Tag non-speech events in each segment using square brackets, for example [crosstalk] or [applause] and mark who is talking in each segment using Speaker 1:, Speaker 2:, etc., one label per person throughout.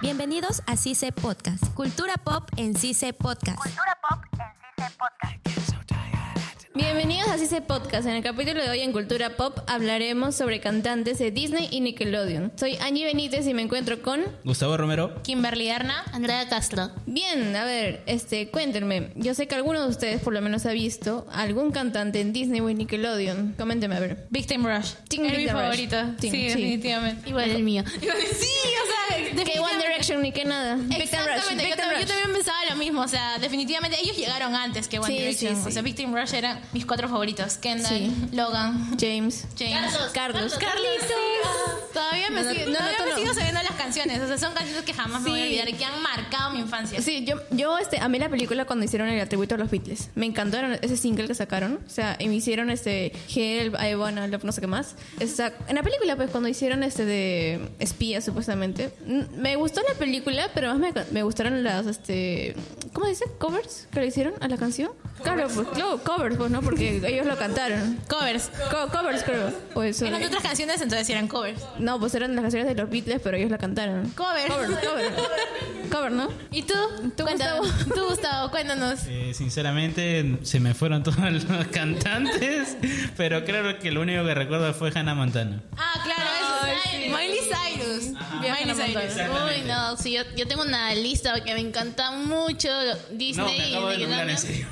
Speaker 1: Bienvenidos a CICE Podcast, Cultura Pop en CICE Podcast.
Speaker 2: Cultura Pop en CICE Podcast.
Speaker 3: Bienvenidos a CICE Podcast. En el capítulo de hoy en Cultura Pop hablaremos sobre cantantes de Disney y Nickelodeon. Soy Angie Benítez y me encuentro con...
Speaker 4: Gustavo Romero.
Speaker 5: Kimberly Arna, Andrea Castro.
Speaker 3: Bien, a ver, este, cuéntenme. Yo sé que alguno de ustedes por lo menos ha visto algún cantante en Disney o en Nickelodeon. Coménteme, a ver.
Speaker 5: Victim Rush.
Speaker 3: Team
Speaker 5: es mi
Speaker 3: Victim Rush.
Speaker 5: favorito.
Speaker 3: Team, sí.
Speaker 5: sí, definitivamente.
Speaker 1: Igual el mío.
Speaker 5: [laughs] sí, o sea,
Speaker 3: Que One Direction ni que nada. Victim Rush,
Speaker 5: Exactamente, yo,
Speaker 3: Victim
Speaker 5: también, yo
Speaker 3: Rush.
Speaker 5: también pensaba lo mismo, o sea, definitivamente ellos llegaron antes que One
Speaker 3: Sí,
Speaker 5: Direction,
Speaker 3: sí, sí.
Speaker 5: o sea, Victim Rush eran mis cuatro favoritos, Kendall,
Speaker 3: Sí.
Speaker 5: Logan,
Speaker 3: James.
Speaker 5: James,
Speaker 3: Carlos. Ah.
Speaker 5: Carlitos. Todavía me, sigo,
Speaker 3: no,
Speaker 5: todavía
Speaker 3: tú
Speaker 5: me
Speaker 3: no.
Speaker 5: sigo sabiendo las canciones, o sea, son canciones que jamás me voy a
Speaker 3: Sí.
Speaker 5: olvidar, que han marcado mi infancia.
Speaker 3: Sí, yo, yo este, amé la película cuando hicieron el atributo a los Beatles. Me encantó ese single que sacaron. O sea, y me hicieron este Help, I Wanna Love, no sé qué más. O sea, en la película, pues, cuando hicieron este de espías, supuestamente. n- Me gustó la película, pero más me, me gustaron las, este... ¿Cómo se dice? ¿Covers? ¿Que le hicieron a la canción? Claro, pues, claro, covers, pues, ¿no? Porque ellos lo cantaron.
Speaker 5: Covers.
Speaker 3: Co- covers, creo. O eso.
Speaker 5: Eran de otras canciones, entonces eran covers.
Speaker 3: No, pues eran las canciones de los Beatles, pero ellos la cantaron.
Speaker 5: Covers.
Speaker 3: Cover, cover. Cover, ¿no?
Speaker 5: ¿Y tú?
Speaker 3: ¿Tú,
Speaker 5: Cuéntanos. [laughs]
Speaker 3: Gustavo?
Speaker 5: Tú, Gustavo, cuéntanos.
Speaker 4: Eh, sinceramente, se me fueron [laughs] todos los cantantes, pero creo que lo único que recuerdo fue Hannah Montana.
Speaker 5: Ah, claro, eso es Miley Cyrus. Miley Cyrus.
Speaker 4: Exactamente.
Speaker 6: Uy, no, sí, yo, yo tengo una lista que me encanta mucho
Speaker 4: No,
Speaker 6: Disney
Speaker 4: me
Speaker 6: y
Speaker 4: acabo de
Speaker 6: Nickelodeon.
Speaker 4: nombrar en serio.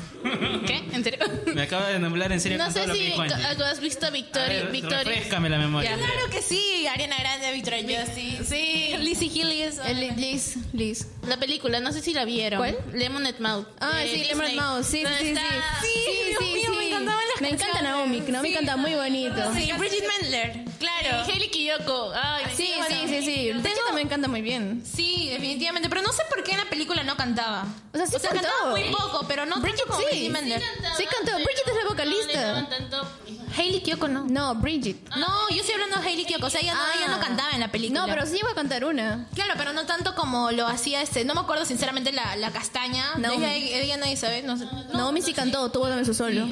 Speaker 6: ¿Qué? ¿En serio?
Speaker 4: [laughs] Me acabo de nombrar en serio
Speaker 6: no
Speaker 4: con todo
Speaker 6: sé
Speaker 4: lo que
Speaker 6: si
Speaker 4: dijo Angie.
Speaker 6: co- has visto
Speaker 4: A
Speaker 6: Victoria.
Speaker 4: ver,
Speaker 6: Victoria.
Speaker 4: refrescame la memoria.
Speaker 5: Claro que sí, Ariana Grande, Victoria Justice. Sí, Lizzie Gillies.
Speaker 3: El- Liz, Liz.
Speaker 6: La película, no sé si la vieron.
Speaker 3: ¿Cuál?
Speaker 6: Lemonade Mouth.
Speaker 3: Ah,
Speaker 5: Eh,
Speaker 6: de
Speaker 3: sí,
Speaker 6: Disney.
Speaker 3: Lemon Mouse, sí,
Speaker 6: Donde
Speaker 3: sí, sí.
Speaker 6: está-
Speaker 5: Sí, Dios mío, me encantaban las
Speaker 3: Me encanta
Speaker 5: canciones.
Speaker 3: Naomi, Naomi
Speaker 5: Sí.
Speaker 3: canta muy bonito.
Speaker 5: Sí, Bridget Mendler, claro.
Speaker 6: Hailey Kiyoko. Ay,
Speaker 3: Sí,
Speaker 6: qué
Speaker 3: sí,
Speaker 6: bueno.
Speaker 3: sí, sí. De hecho, también canta muy bien.
Speaker 5: Sí, definitivamente. Pero no sé por qué en la película no cantaba.
Speaker 3: O sea, sí cantó.
Speaker 5: cantaba muy poco, pero no
Speaker 3: Bridget,
Speaker 5: tanto como
Speaker 3: sí.
Speaker 5: Bridget Mendler.
Speaker 6: cantaba,
Speaker 3: Sí cantó,
Speaker 6: pero
Speaker 3: Bridget es la
Speaker 6: no
Speaker 3: vocalista.
Speaker 6: le daban tanto-
Speaker 5: Hailey Kiyoko no.
Speaker 3: No, Bridget.
Speaker 5: No, yo estoy hablando de Hailey Kiyoko. O sea, ella no,
Speaker 3: Ah.
Speaker 5: ella no cantaba en la película.
Speaker 3: No, pero sí iba a cantar una.
Speaker 5: Claro, pero no tanto como lo hacía este. No me acuerdo sinceramente la, la castaña.
Speaker 3: No.
Speaker 5: Ella, ella nadie sabe. No sé.
Speaker 3: Naomi sí cantó, tuvo también su solo.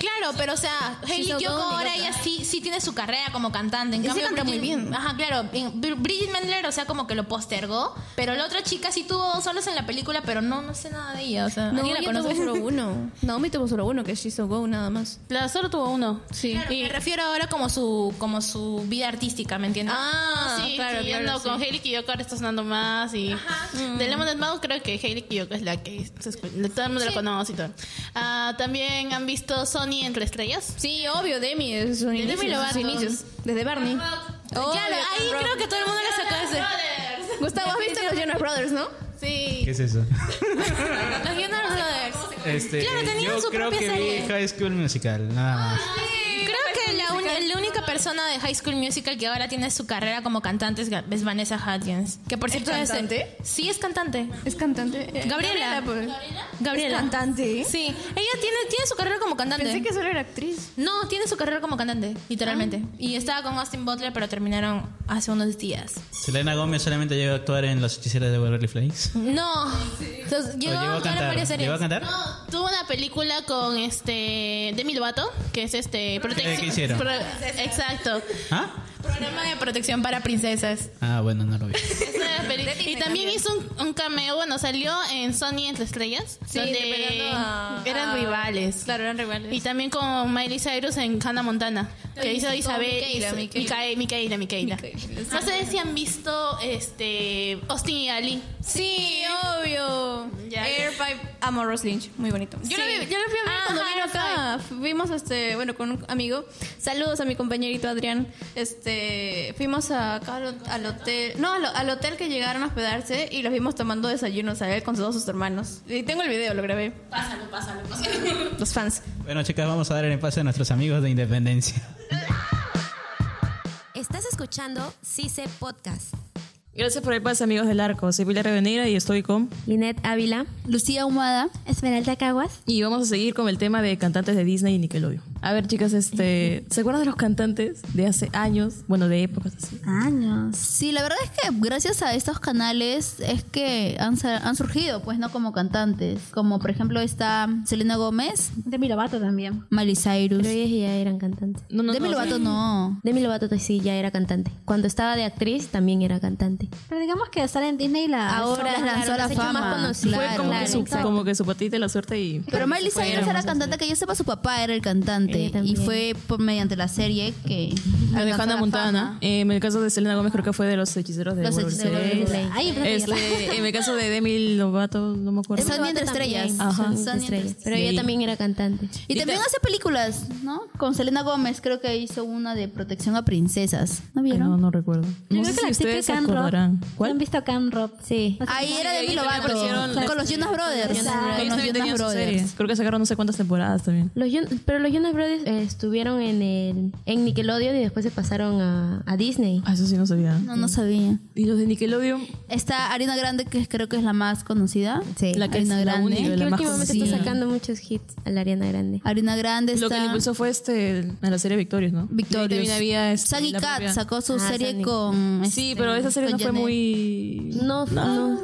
Speaker 5: Claro, pero o sea,
Speaker 3: Sí,
Speaker 5: Hailey
Speaker 3: son
Speaker 5: Kiyoko
Speaker 3: todos
Speaker 5: ahora ella
Speaker 3: idiotas.
Speaker 5: sí, sí tiene su carrera como cantante. En
Speaker 3: Y sí
Speaker 5: cambio,
Speaker 3: canta muy bien.
Speaker 5: Ajá, claro. en- Br- Bridget Mendler, o sea, como que lo postergó. Pero la otra chica sí tuvo solos en la película, pero no, no sé nada de ella. O sea,
Speaker 3: No,
Speaker 5: ¿alguien
Speaker 3: ella
Speaker 5: la
Speaker 3: tuvo
Speaker 5: conoce?
Speaker 3: solo uno. Naomi tuvo solo uno, que es She So Go, nada más.
Speaker 6: La solo tuvo uno.
Speaker 3: Sí.
Speaker 5: Claro, me refiero ahora como su, como su vida artística, ¿me entiendes?
Speaker 3: Ah,
Speaker 6: sí,
Speaker 3: claro,
Speaker 6: sí,
Speaker 3: claro.
Speaker 6: ando
Speaker 3: sí.
Speaker 6: con Hailey Kiyoko ahora está sonando más y de Lemonade Mouth creo que Hailey Kiyoko es la que se escu- todo el mundo la conoce y todo. Ah, también han visto Sony entre estrellas.
Speaker 3: Sí, obvio, Demi, desde sus inicios.
Speaker 6: Demi
Speaker 3: sus
Speaker 6: Lovato.
Speaker 3: inicios. Desde Barney.
Speaker 5: claro, ahí creo que todo el mundo la sacó de ese.
Speaker 3: Gustavo, has visto los Jonas Brothers, ¿no?
Speaker 4: ¿Qué
Speaker 6: Sí.
Speaker 4: es eso?
Speaker 5: Los Jonas Brothers.
Speaker 4: Este,
Speaker 5: Claro, tenían
Speaker 4: yo
Speaker 5: su
Speaker 4: creo
Speaker 5: propia
Speaker 4: que
Speaker 5: serie.
Speaker 4: vi High School Musical, nada más.
Speaker 5: Creo que la, uni- la única persona de High School Musical que ahora tiene su carrera como cantante es, Ga- es Vanessa Hudgens. Que por cierto es-
Speaker 3: cantante?
Speaker 5: sí, es cantante.
Speaker 3: Es cantante. Eh,
Speaker 5: Gabriela.
Speaker 3: pues.
Speaker 5: Gabriela.
Speaker 3: Es cantante.
Speaker 5: Sí, ella tiene, tiene su carrera como cantante.
Speaker 3: Pensé que Ah. solo era actriz.
Speaker 5: No, tiene su carrera como cantante, literalmente. Y estaba con Austin Butler, pero terminaron hace unos días.
Speaker 4: Selena Gómez solamente llegó a actuar en Los Hechiceros de Waverly Place.
Speaker 5: No. Entonces,
Speaker 4: ¿O
Speaker 5: llegó,
Speaker 4: llegó
Speaker 5: a
Speaker 4: a
Speaker 5: actuar en varias
Speaker 4: cantar?
Speaker 5: series.
Speaker 4: ¿Llegó a cantar?
Speaker 6: No, tuvo una película con este Demi Lovato, que es este protección.
Speaker 4: Ah, ¿Qué hicieron?
Speaker 6: exacto.
Speaker 4: ¿Ah?
Speaker 5: Programa de protección para princesas.
Speaker 4: Ah, bueno, no lo vi.
Speaker 6: Esa
Speaker 3: [laughs]
Speaker 6: peli- y también hizo un, un cameo, bueno, salió en Sony entre estrellas, donde
Speaker 3: interpretando a-
Speaker 6: eran
Speaker 3: a-
Speaker 6: rivales.
Speaker 3: Claro, eran rivales.
Speaker 6: Y también con Miley Cyrus en Hannah Montana, que hizo Isabel.
Speaker 3: Micaela,
Speaker 6: hizo-
Speaker 3: Micaela.
Speaker 6: Micae- Micaela, Micaela.
Speaker 3: Micaela,
Speaker 6: No sé si han visto este Austin y Ali.
Speaker 3: Sí, obvio.
Speaker 6: Ya.
Speaker 3: Air Five. Amo a Ross Lynch. Muy bonito. Yo, lo vi, yo lo fui a ver
Speaker 5: Ah,
Speaker 3: cuando
Speaker 5: ajá,
Speaker 3: vino
Speaker 5: Air
Speaker 3: acá. Fuimos, este, bueno, con un amigo. Saludos a mi compañerito Adrián. Este, fuimos a- acá al, al hotel. No, al, al hotel que llegaron a hospedarse y los vimos tomando desayunos a él con todos sus hermanos. Y tengo el video, lo grabé.
Speaker 6: Pásalo, pásalo,
Speaker 3: [laughs] Los fans.
Speaker 4: Bueno, chicas, vamos a dar el pase a nuestros amigos de Independencia.
Speaker 1: Estás escuchando CICE Podcast.
Speaker 7: Gracias por el pase, amigos del arco. Soy Pilar Avenida y estoy con.
Speaker 1: Linet Ávila.
Speaker 8: Lucía Humada
Speaker 1: Esmeralda Caguas.
Speaker 7: Y vamos a seguir con el tema de cantantes de Disney y Nickelodeon. A ver, chicas, este, ¿se acuerdan de los cantantes de hace años? Bueno, de épocas así.
Speaker 8: Años. Sí, la verdad es que gracias a estos canales es que han, sa- han surgido, pues, ¿no? Como cantantes. Como, por ejemplo, está Selena Gómez,
Speaker 9: De mi Lovato también.
Speaker 8: Miley Cyrus.
Speaker 10: Pero ellas ya eran cantantes.
Speaker 7: No, no,
Speaker 8: Demi
Speaker 7: no,
Speaker 8: Lovato no.
Speaker 10: Demi Lovato t- sí ya era cantante. Cuando estaba de actriz también era cantante.
Speaker 9: Pero digamos que estar en Disney la...
Speaker 8: Ahora
Speaker 10: claro, las
Speaker 8: lanzó a
Speaker 10: ha
Speaker 8: la
Speaker 10: hecho
Speaker 8: fama.
Speaker 10: más conocidas.
Speaker 8: Claro,
Speaker 7: Fue como, que
Speaker 8: claro.
Speaker 7: su, como que su patita y la suerte y...
Speaker 8: Pero Miley Cyrus era cantante que yo sepa, su papá era el cantante.
Speaker 10: Ella también.
Speaker 8: Y fue por, mediante la serie que. alcanzó
Speaker 6: Alejandra
Speaker 8: la
Speaker 6: Montana.
Speaker 7: Eh, en el caso de Selena Gómez creo que fue de los hechiceros de
Speaker 8: Los
Speaker 7: Waverly
Speaker 8: Hechiceros de
Speaker 7: Place.
Speaker 8: Waverly
Speaker 9: Ahí empezaste a llorar.
Speaker 7: Este, en el caso de Demi Lovato, no me
Speaker 8: fama.
Speaker 7: acuerdo.
Speaker 8: Son entre estrellas.
Speaker 7: Ajá.
Speaker 8: Son
Speaker 10: Son
Speaker 8: entre
Speaker 10: estrellas.
Speaker 8: estrellas.
Speaker 10: Pero
Speaker 7: Sí.
Speaker 10: ella también era cantante.
Speaker 8: Y, también hace películas, ¿no? Con Selena Gómez, creo que hizo una de protección a princesas. ¿No
Speaker 7: Ay,
Speaker 8: vieron?
Speaker 7: No, no recuerdo.
Speaker 9: Yo
Speaker 7: No
Speaker 9: creo
Speaker 7: sé
Speaker 9: que
Speaker 7: si
Speaker 9: la
Speaker 7: ustedes se
Speaker 9: típica Can Rock.
Speaker 7: acordarán.
Speaker 9: ¿No han
Speaker 7: ¿Cuál?
Speaker 9: visto Can Rock? Pues
Speaker 10: Sí.
Speaker 8: Ahí era
Speaker 6: Sí,
Speaker 8: Demi
Speaker 6: ellos
Speaker 8: Lovato.
Speaker 6: también aparecieron
Speaker 8: Con los Jonas Brothers.
Speaker 9: Exacto.
Speaker 8: Con
Speaker 6: Ellos también
Speaker 8: los Jonas
Speaker 6: tenían su
Speaker 8: Brothers.
Speaker 7: Creo que sacaron no sé cuántas temporadas también.
Speaker 10: Los Yon- pero los Jonas Brothers eh, estuvieron en el en Nickelodeon y después se pasaron a, a Disney.
Speaker 7: Ah, eso sí no sabía.
Speaker 8: No, no sabía.
Speaker 7: Y los de Nickelodeon,
Speaker 8: Está Ariana Grande, que creo que es la más conocida.
Speaker 10: Sí.
Speaker 7: la que Ah, es
Speaker 8: Ariana
Speaker 7: la
Speaker 8: Grande.
Speaker 7: única,
Speaker 10: que
Speaker 7: la más
Speaker 10: últimamente
Speaker 7: conocida.
Speaker 10: está sacando muchos hits a la Ariana Grande.
Speaker 8: Ariana Grande está.
Speaker 7: Lo que le impulsó fue este, a la serie Victorious, ¿no? Y
Speaker 8: Victorious.
Speaker 7: También había este,
Speaker 8: Saggy
Speaker 7: la
Speaker 8: Cat
Speaker 7: propia-
Speaker 8: sacó su
Speaker 10: Ah,
Speaker 8: serie
Speaker 10: Sunny.
Speaker 8: con.
Speaker 7: Sí,
Speaker 8: este,
Speaker 7: pero esa serie no
Speaker 8: con
Speaker 7: fue
Speaker 8: Janet.
Speaker 7: muy...
Speaker 8: [laughs]
Speaker 10: No, no.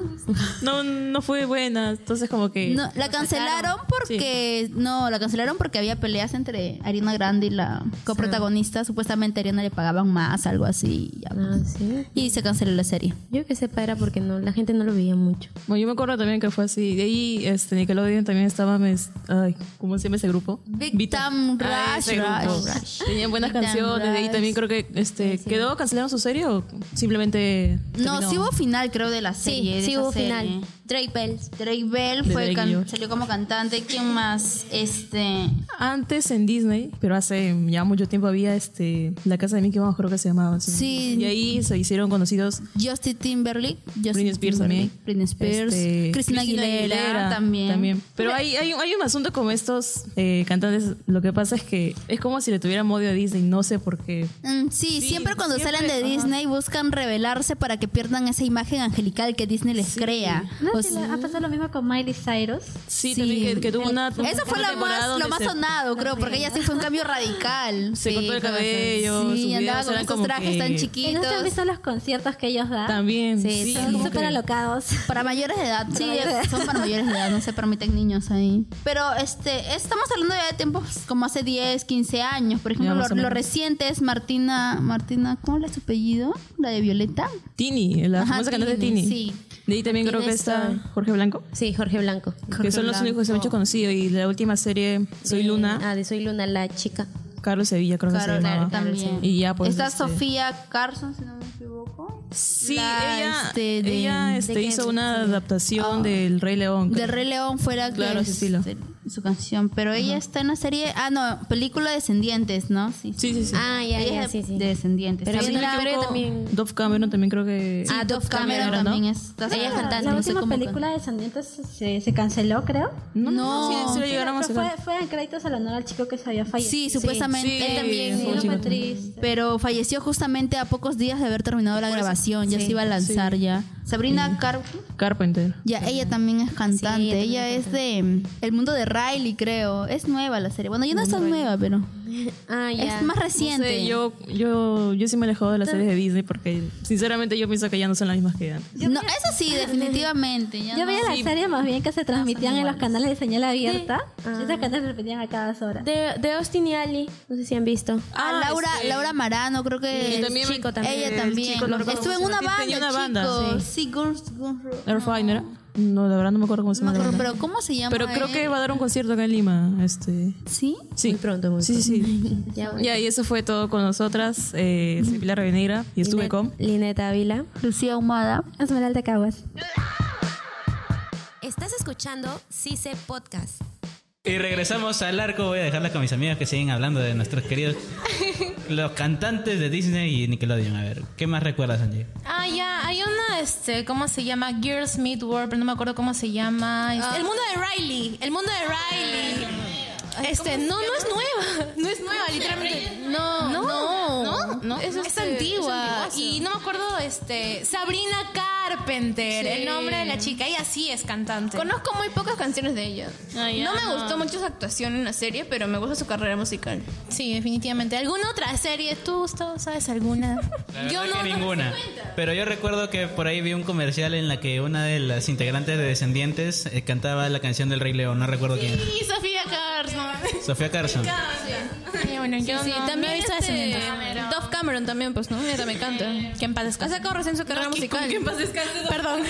Speaker 7: No, no fue buena. Entonces como que...
Speaker 8: No, la cancelaron porque no, la cancelaron porque había peleas entre Ariana Grande y la coprotagonista. Supuestamente a Ariana le pagaban más, algo así. y ya,
Speaker 10: Ah,
Speaker 8: pues.
Speaker 10: sí.
Speaker 8: Y se canceló la serie.
Speaker 10: Yo que sepa era porque no la gente no lo veía mucho.
Speaker 7: Bueno, yo me acuerdo también que fue así. De ahí, este, Nickelodeon también estaba... mes- ay, ¿cómo se llama ese grupo?
Speaker 8: Big
Speaker 7: Vita.
Speaker 8: Time
Speaker 7: Ah, ese
Speaker 8: Rush,
Speaker 7: grupo.
Speaker 8: Rush,
Speaker 7: Tenían buenas
Speaker 8: Big Time
Speaker 7: canciones. De ahí
Speaker 8: Rush.
Speaker 7: también creo que... Este, ¿Quedó? ¿Cancelaron su serie o simplemente...?
Speaker 8: No,
Speaker 7: terminó?
Speaker 8: sí hubo final, creo, de la serie. de
Speaker 10: sí
Speaker 8: esa
Speaker 10: hubo
Speaker 8: serie.
Speaker 10: final. Drake Bell.
Speaker 8: Drake Bell
Speaker 7: De
Speaker 8: fue
Speaker 7: Drake
Speaker 8: can-
Speaker 7: York.
Speaker 8: salió como cantante. ¿Quién más? Este.
Speaker 7: Antes en Disney, pero hace ya mucho tiempo había este la casa de Mickey Mouse, creo que se llamaba. ¿sí?
Speaker 8: Sí.
Speaker 7: Y ahí se hicieron conocidos
Speaker 8: Justin Timberlake. Justin
Speaker 7: Britney Spears
Speaker 8: Timberlake,
Speaker 7: también.
Speaker 8: Britney Spears.
Speaker 7: Este,
Speaker 8: Cristina Aguilera, también.
Speaker 7: Pero hay, hay, un- hay un asunto con estos eh, cantantes. Lo que pasa es que es como si le tuvieran odio a Disney, no sé por qué.
Speaker 8: Mm, sí, siempre cuando salen de Disney buscan revelarse para que pierdan esa imagen angelical que Disney les crea.
Speaker 9: ¿No?
Speaker 8: O
Speaker 9: Si
Speaker 8: sea,
Speaker 7: ah,
Speaker 9: la- ha pasado lo mismo con Miley Cyrus.
Speaker 7: Sí,
Speaker 8: Sí.
Speaker 7: también que, que tuvo una.
Speaker 8: eso fue
Speaker 7: una
Speaker 8: lo
Speaker 7: temporada
Speaker 8: más,
Speaker 7: donde
Speaker 8: lo más
Speaker 7: se-
Speaker 8: sonado, creo, porque ella sí fue un cambio radical.
Speaker 7: Se
Speaker 8: Sí,
Speaker 7: cortó el
Speaker 8: fue bastante-
Speaker 7: cabello, sus
Speaker 8: Sí,
Speaker 7: videos
Speaker 8: andaba con
Speaker 7: eran
Speaker 8: esos
Speaker 7: como
Speaker 8: trajes
Speaker 7: que-
Speaker 8: tan
Speaker 9: ¿Y no
Speaker 8: chiquitos.
Speaker 9: se han visto los conciertos que ellos dan?
Speaker 7: También.
Speaker 8: Sí,
Speaker 7: sí,
Speaker 8: son
Speaker 7: como
Speaker 9: Súper
Speaker 7: que-
Speaker 9: alocados.
Speaker 8: Para mayores de edad, sí, son para mayores de edad, no se permiten niños ahí. Pero este, estamos hablando ya de tiempos como hace 10, 15 años, por ejemplo,
Speaker 7: Ya,
Speaker 8: lo,
Speaker 7: más o
Speaker 8: lo
Speaker 7: menos.
Speaker 8: reciente es Martina, Martina, ¿cómo es su apellido? La de Violeta.
Speaker 7: Tini, la
Speaker 8: Ajá,
Speaker 7: famosa cantante
Speaker 8: Tini,
Speaker 7: Tini.
Speaker 8: sí.
Speaker 7: De ahí también creo que está Jorge Blanco.
Speaker 10: Sí, Jorge Blanco.
Speaker 7: que son los únicos que se han hecho conocidos. Y la última serie, Soy
Speaker 10: De-
Speaker 7: Luna,
Speaker 10: Ah, de Soy Luna, la chica.
Speaker 7: Carlos Sevilla, creo que se llamaba.
Speaker 8: también.
Speaker 7: Y ya, pues,
Speaker 8: Está
Speaker 7: este-
Speaker 8: Sofía Carson, si no me equivoco.
Speaker 7: Sí,
Speaker 8: La,
Speaker 7: ella,
Speaker 8: este, de- Ah.
Speaker 7: ella, este, hizo una adaptación del Rey León.
Speaker 8: De
Speaker 7: creo.
Speaker 8: Rey León fue la que
Speaker 7: Claro, ese estilo.
Speaker 8: este, su canción, pero ella está en una serie, ah no, película Descendientes, ¿no? Sí,
Speaker 7: Sí, sí, sí.
Speaker 10: Ah, ya,
Speaker 8: Ella
Speaker 10: ya,
Speaker 8: es
Speaker 10: sí, sí.
Speaker 8: de Descendientes.
Speaker 10: Pero
Speaker 8: También
Speaker 10: sí,
Speaker 8: la-
Speaker 10: creo que también.
Speaker 7: Dove Cameron también creo que...
Speaker 8: Ah, Dove Cameron
Speaker 7: Cameron, ¿no?
Speaker 8: también está.
Speaker 10: Ella es
Speaker 8: Ah,
Speaker 10: cantante,
Speaker 9: La
Speaker 8: no sé
Speaker 9: última
Speaker 8: cómo
Speaker 9: película de Sandientes se, se canceló, creo.
Speaker 7: No, no,
Speaker 8: No.
Speaker 7: sí, sí lo llegaron a
Speaker 9: Pero fue,
Speaker 7: sacar.
Speaker 9: fue en créditos al honor al chico que se había
Speaker 8: canta.
Speaker 9: fallecido.
Speaker 8: Sí, supuestamente.
Speaker 7: Sí,
Speaker 8: Él
Speaker 7: sí,
Speaker 8: también.
Speaker 7: fue un chico.
Speaker 9: triste.
Speaker 8: Pero falleció justamente a pocos días de haber terminado la grabación. Ya se iba a lanzar ya. Sabrina Car
Speaker 7: Carpenter.
Speaker 8: ya, ella también es cantante.
Speaker 10: también
Speaker 8: ella es de mm, El mundo de Riley, creo. Es nueva la serie. Bueno, yo no es tan nueva, pero
Speaker 10: Ah, ya.
Speaker 8: es más
Speaker 7: No
Speaker 8: reciente.
Speaker 7: sé, yo, yo, yo sí me he alejado de las series de Disney porque sinceramente yo pienso que ya no son las mismas que antes.
Speaker 8: No, eso
Speaker 7: [laughs]
Speaker 8: sí, definitivamente. ya
Speaker 10: Ah,
Speaker 9: Yo
Speaker 8: no.
Speaker 9: veía las series más bien que se transmitían en los canales de señal abierta.
Speaker 10: Ah.
Speaker 9: Esas canales se repetían a cada hora.
Speaker 10: De, de Austin y Ali, no sé si han visto.
Speaker 7: Ah,
Speaker 8: A Laura, Laura Marano, creo que
Speaker 7: Y este. también-
Speaker 10: chico también.
Speaker 8: ella
Speaker 7: el
Speaker 8: también.
Speaker 7: chico, no recuerdo
Speaker 8: Estuvo en
Speaker 7: cómo se
Speaker 8: una
Speaker 7: llama.
Speaker 8: banda,
Speaker 7: Tenía una banda,
Speaker 8: chico. Sí, Guns, Guns Ro-
Speaker 7: Airfly, ¿no era? No, la verdad no me acuerdo cómo se llama.
Speaker 8: No me
Speaker 7: la
Speaker 8: acuerdo,
Speaker 7: banda.
Speaker 8: pero ¿cómo se llama?
Speaker 7: Pero creo
Speaker 8: él?
Speaker 7: que va a dar un concierto acá en Lima. Este.
Speaker 8: ¿Sí?
Speaker 7: Sí.
Speaker 10: Muy pronto, muy
Speaker 7: sí, sí, sí. ya, y eso fue todo con nosotras. Eh, soy Pilar Reveneira y estuve con.
Speaker 10: Lineta Ávila.
Speaker 8: Lucía Humada.
Speaker 9: Esmeralda Caguas.
Speaker 1: Estás escuchando CICE Podcast.
Speaker 4: Y regresamos al arco. Voy a dejarla con mis amigos que siguen hablando de nuestros
Speaker 6: [laughs]
Speaker 4: queridos. los cantantes de Disney y Nickelodeon. A ver, ¿qué más recuerdas, Angie?
Speaker 5: Ah, ya, hay una, este, ¿cómo se llama? Girls Meet World, pero no me acuerdo cómo se llama. Este, el mundo de Riley, el mundo de Riley. Este, no, no es nueva, no es nueva, literalmente. No, no, no,
Speaker 6: ¿no?
Speaker 5: Es,
Speaker 6: No.
Speaker 5: antigua.
Speaker 6: es antiguazo.
Speaker 5: y no me acuerdo, este. Sabrina Carpenter,
Speaker 6: Sí.
Speaker 5: el nombre de la chica. Ella sí es cantante.
Speaker 3: Conozco muy pocas canciones de ella.
Speaker 6: Ah, ya,
Speaker 3: no me
Speaker 6: no.
Speaker 3: gustó mucho su actuación en la serie, pero me gusta su carrera musical.
Speaker 5: sí, definitivamente. ¿Alguna otra serie? ¿Tú, Gustavo, sabes alguna?
Speaker 4: La verdad que ninguna. Pero yo recuerdo que por ahí vi un comercial en la que una de las integrantes de Descendientes eh, cantaba la canción del Rey León. No recuerdo quién.
Speaker 6: Y Sofía Cars, no
Speaker 4: Sofía Carson.
Speaker 5: Sí, bueno, yo no- no he visto
Speaker 3: este,
Speaker 5: Descendientes.
Speaker 3: Dove Cameron también, pues, ¿no? Ella también canta.
Speaker 5: Que en paz
Speaker 3: Ha
Speaker 5: descanse.
Speaker 3: sacado recién su carrera musical.
Speaker 5: Perdón.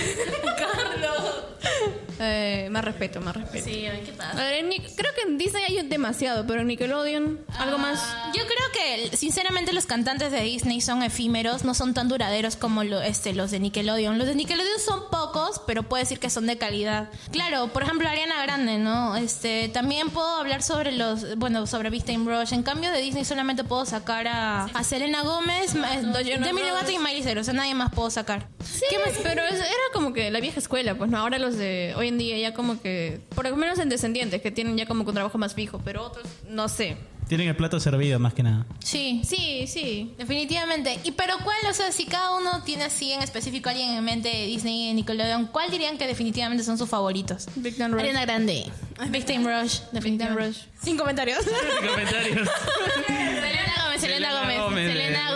Speaker 3: Eh, más respeto, más respeto.
Speaker 6: Sí, ay, ¿qué
Speaker 3: A
Speaker 6: pasa?
Speaker 3: ver, en Nic- creo que en Disney hay demasiado, pero en Nickelodeon, algo más.
Speaker 5: Ah. Yo creo que sinceramente los cantantes de Disney son efímeros, no son tan duraderos como lo- este, los de Nickelodeon. Los de Nickelodeon son pocos, pero puedo decir que son de calidad. Claro, por ejemplo Ariana Grande, ¿no? Este, también puedo hablar sobre los, bueno, sobre Vistain Rush. En cambio de Disney solamente puedo sacar a, a Selena Gómez, ma- eh, Demi Lovato y Miley Cyrus. A nadie más puedo sacar.
Speaker 3: ¿Qué más? Pero es- era como que la vieja escuela, pues no, ahora los de hoy en día ya como que, por lo menos en descendientes, que tienen ya como que un trabajo más fijo, pero otros, no sé.
Speaker 4: Tienen el plato servido más que nada.
Speaker 5: Sí,
Speaker 3: Sí, sí.
Speaker 5: Definitivamente. Y pero cuál, o sea, si cada uno tiene así en específico alguien en mente de Disney y Nickelodeon, ¿cuál dirían que definitivamente son sus favoritos?
Speaker 3: Big Dan Rush.
Speaker 5: Ariana Grande. Big Time Rush, definitivamente. [laughs]
Speaker 3: Rush.
Speaker 5: Sin comentarios.
Speaker 4: Comentarios.
Speaker 6: Selena Gómez, Selena Gómez,
Speaker 4: eh,
Speaker 6: Selena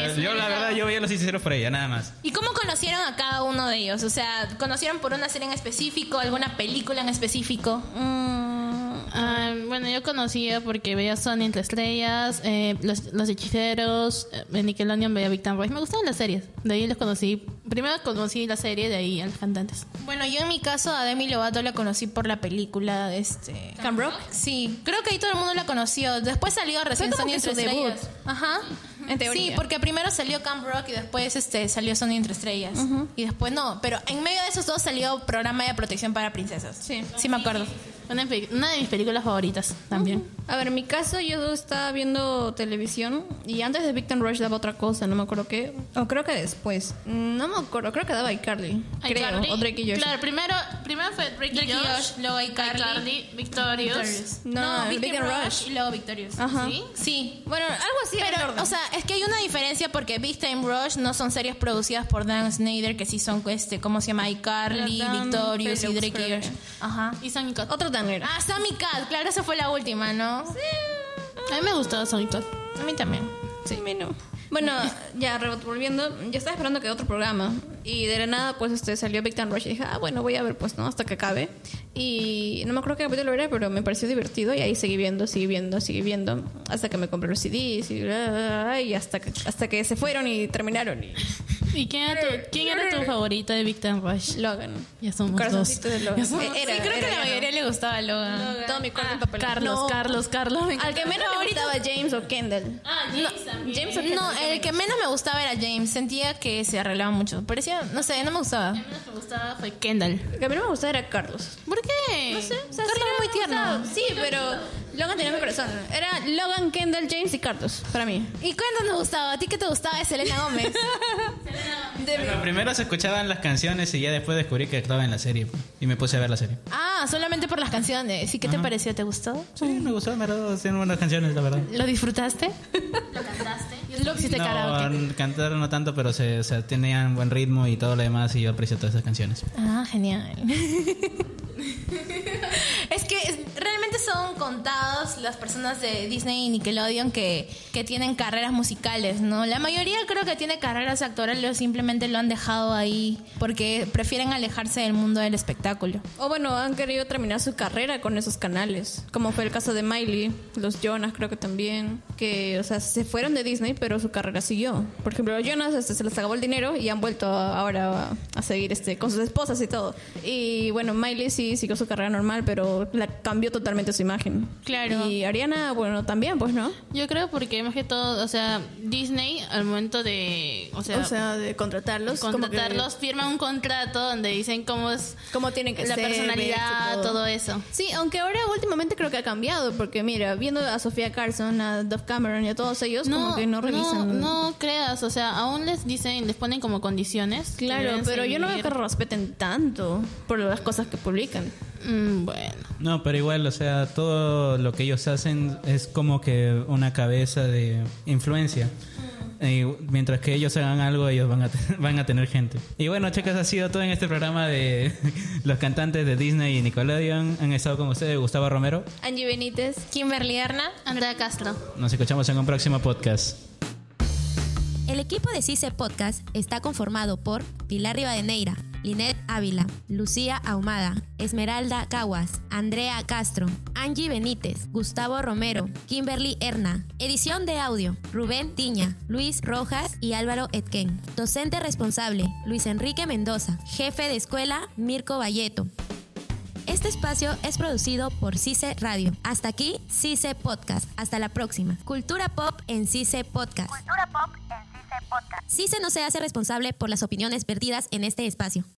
Speaker 6: Gómez.
Speaker 4: Yo la verdad, yo veía los sinceros por ella, nada más.
Speaker 5: ¿Y cómo conocieron a cada uno de ellos? O sea, ¿conocieron por una serie en específico, alguna película en específico?
Speaker 6: Mm, ah, bueno, yo conocía porque veía Sony entre estrellas, eh, los, los hechiceros, eh, en Nickelodeon veía Big Time Rush. Me gustaban las series, de ahí los conocí. Primero conocí la serie, de ahí a los cantantes.
Speaker 5: Bueno, yo en mi caso a Demi Lovato la conocí por la película de este... Camp Rock. Sí, creo que ahí todo el mundo la conoció. Después salió recién
Speaker 3: como
Speaker 5: Sony
Speaker 3: que
Speaker 5: entre
Speaker 3: su debut.
Speaker 5: estrellas. Ajá.
Speaker 3: En teoría.
Speaker 5: Sí, porque primero salió Camp Rock y después este salió Sony entre estrellas. Y después no, pero en medio de esos dos salió programa de protección para princesas. Sí, sí me acuerdo.
Speaker 6: Una, de mis- una de mis películas favoritas también.
Speaker 3: A ver, en mi caso yo estaba viendo televisión y antes de Big Time Rush daba otra cosa, no me acuerdo qué. O creo que después. No me acuerdo, creo que daba iCarly.
Speaker 6: Ay,
Speaker 3: Creo,
Speaker 6: Carly.
Speaker 3: o Drake y Josh.
Speaker 6: Claro, primero, primero fue Drake,
Speaker 5: Drake
Speaker 6: y
Speaker 5: y
Speaker 6: Josh,
Speaker 5: Josh, luego iCarly,
Speaker 6: iCarly, Victorious.
Speaker 3: No, Big Time Rush.
Speaker 5: y luego Victorious.
Speaker 3: Ajá.
Speaker 5: ¿Sí? Sí.
Speaker 3: Bueno, algo así. era el
Speaker 5: Pero,
Speaker 3: orden.
Speaker 5: o sea, es que hay una diferencia porque Big Time Rush no son series producidas por Dan Snyder, que sí son, este, ¿cómo se llama? iCarly,
Speaker 3: Dan Ah,
Speaker 5: Victorious y
Speaker 3: Fellows,
Speaker 5: Drake y
Speaker 3: creo que.
Speaker 5: Josh. Ajá.
Speaker 6: Y Sonic Cat.
Speaker 3: otro tan era.
Speaker 5: Ah, Sammy Cat, claro, esa fue la última, ¿no?
Speaker 6: A mí me gustaba Sonic Cat.
Speaker 5: A mí también.
Speaker 3: Sí, menú. Bueno, ya re- volviendo, yo estaba esperando que otro programa y de la nada pues este salió Big Time Rush y dije, ah, bueno, voy a ver pues no hasta que acabe. Y no me acuerdo qué capítulo era, pero me pareció divertido y ahí seguí viendo, seguí viendo, seguí viendo hasta que me compré los CDs y, bla, bla, bla, y hasta que, hasta que se fueron y terminaron y
Speaker 6: ¿Y quién era tu, quién era tu favorita de Big Time Rush?
Speaker 3: Logan.
Speaker 6: Ya somos dos.
Speaker 3: Corazoncito de Logan. Eh, era,
Speaker 6: sí, creo
Speaker 3: era,
Speaker 6: que la
Speaker 3: ya no.
Speaker 6: mayoría le gustaba a Logan.
Speaker 3: Todo mi cuerpo
Speaker 6: Ah,
Speaker 3: en papel.
Speaker 6: Carlos,
Speaker 3: No.
Speaker 6: Carlos, Carlos, me
Speaker 3: Al que menos me gustaba James o Kendall.
Speaker 6: Ah, James también.
Speaker 3: James o Kendall.
Speaker 5: No, el que menos me gustaba era James. Sentía que se arreglaba mucho. Parecía, no sé, no me gustaba.
Speaker 6: El que menos me gustaba fue Kendall.
Speaker 3: El que menos me gustaba era Carlos.
Speaker 6: ¿Por qué?
Speaker 3: No sé, o sea,
Speaker 5: Carlos
Speaker 3: sí,
Speaker 5: era muy
Speaker 3: me
Speaker 5: tierno.
Speaker 3: gustaba. Sí, pero Logan tenía mi corazón. Era Logan, Kendall, James y Carlos, para mí.
Speaker 5: ¿Y cuándo nos gustaba? ¿A ti qué te gustaba de Selena Gómez?
Speaker 4: Bueno, primero se escuchaban las canciones y ya después descubrí que actuaba en la serie. Y me puse a ver la serie.
Speaker 5: ah, solamente por las canciones. ¿Y qué te
Speaker 4: Ajá.
Speaker 5: pareció? ¿Te gustó?
Speaker 4: Sí, me gustó, me agradó. Tienen buenas canciones, la verdad.
Speaker 5: ¿Lo disfrutaste? ¿Lo cantaste? ¿Lo hiciste
Speaker 4: no,
Speaker 5: karaoke?
Speaker 4: n- cantar no tanto, pero se, o sea, tenían buen ritmo y todo lo demás y yo aprecio todas esas canciones.
Speaker 5: Ah, genial. [laughs] es que es- realmente son contados las personas de Disney y Nickelodeon que, que tienen carreras musicales, ¿no? La mayoría creo que tiene carreras actorales, simplemente lo han dejado ahí porque prefieren alejarse del mundo del espectáculo.
Speaker 3: O bueno, han querido terminar su carrera con esos canales, como fue el caso de Miley, los Jonas creo que también, que, o sea, se fueron de Disney, pero su carrera siguió. Por ejemplo, los Jonas este, se les acabó el dinero y han vuelto a- ahora a, a seguir este, con sus esposas y todo. Y bueno, Miley sí siguió su carrera normal, pero la cambió totalmente su imagen.
Speaker 6: Claro.
Speaker 3: Y Ariana, bueno, también, pues, ¿no?
Speaker 6: Yo creo porque más que todo, o sea, Disney al momento de, o sea,
Speaker 3: de contratarlos. como que-
Speaker 6: contratarlos firma un contrato donde dicen cómo es
Speaker 3: cómo tienen que
Speaker 6: la
Speaker 3: ser,
Speaker 6: personalidad,
Speaker 3: verse,
Speaker 6: todo. eso.
Speaker 3: Sí, aunque ahora últimamente creo que ha cambiado, porque mira, viendo a Sofía Carson, a Dove Cameron y a todos ellos, como que no revisan.
Speaker 6: No, creas, o sea, aún les dicen, les ponen como condiciones. que
Speaker 3: Claro,
Speaker 6: deben
Speaker 3: pero yo no veo
Speaker 6: seguir.
Speaker 3: que respeten tanto por las cosas que publican.
Speaker 6: Mm, bueno.
Speaker 4: No, pero igual, o sea, todo lo que ellos hacen es como que una cabeza de influencia. Y mientras que ellos hagan algo, ellos van a, te- [laughs] van a tener gente. Y bueno, chicas, ha sido todo en este programa de [laughs] los cantantes de Disney y Nickelodeon. Han estado con ustedes Gustavo Romero.
Speaker 5: Angie Benítez, Kimberly Erna.
Speaker 6: Andrea Castro.
Speaker 4: Nos escuchamos en un próximo podcast.
Speaker 1: El equipo de CICE Podcast está conformado por Pilar Rivadeneira, Linet Ávila, Lucía Ahumada, Esmeralda Caguas, Andrea Castro, Angie Benítez, Gustavo Romero, Kimberly Erna. Edición de audio, Rubén Tiña, Luis Rojas y Álvaro Etquén. Docente responsable, Luis Enrique Mendoza. Jefe de escuela, Mirko Valleto. Este espacio es producido por CICE Radio. Hasta aquí, CICE Podcast. Hasta la próxima. Cultura Pop en CICE Podcast.
Speaker 2: Cultura pop en CICE Podcast.
Speaker 1: CICE no se hace responsable por las opiniones perdidas en este espacio.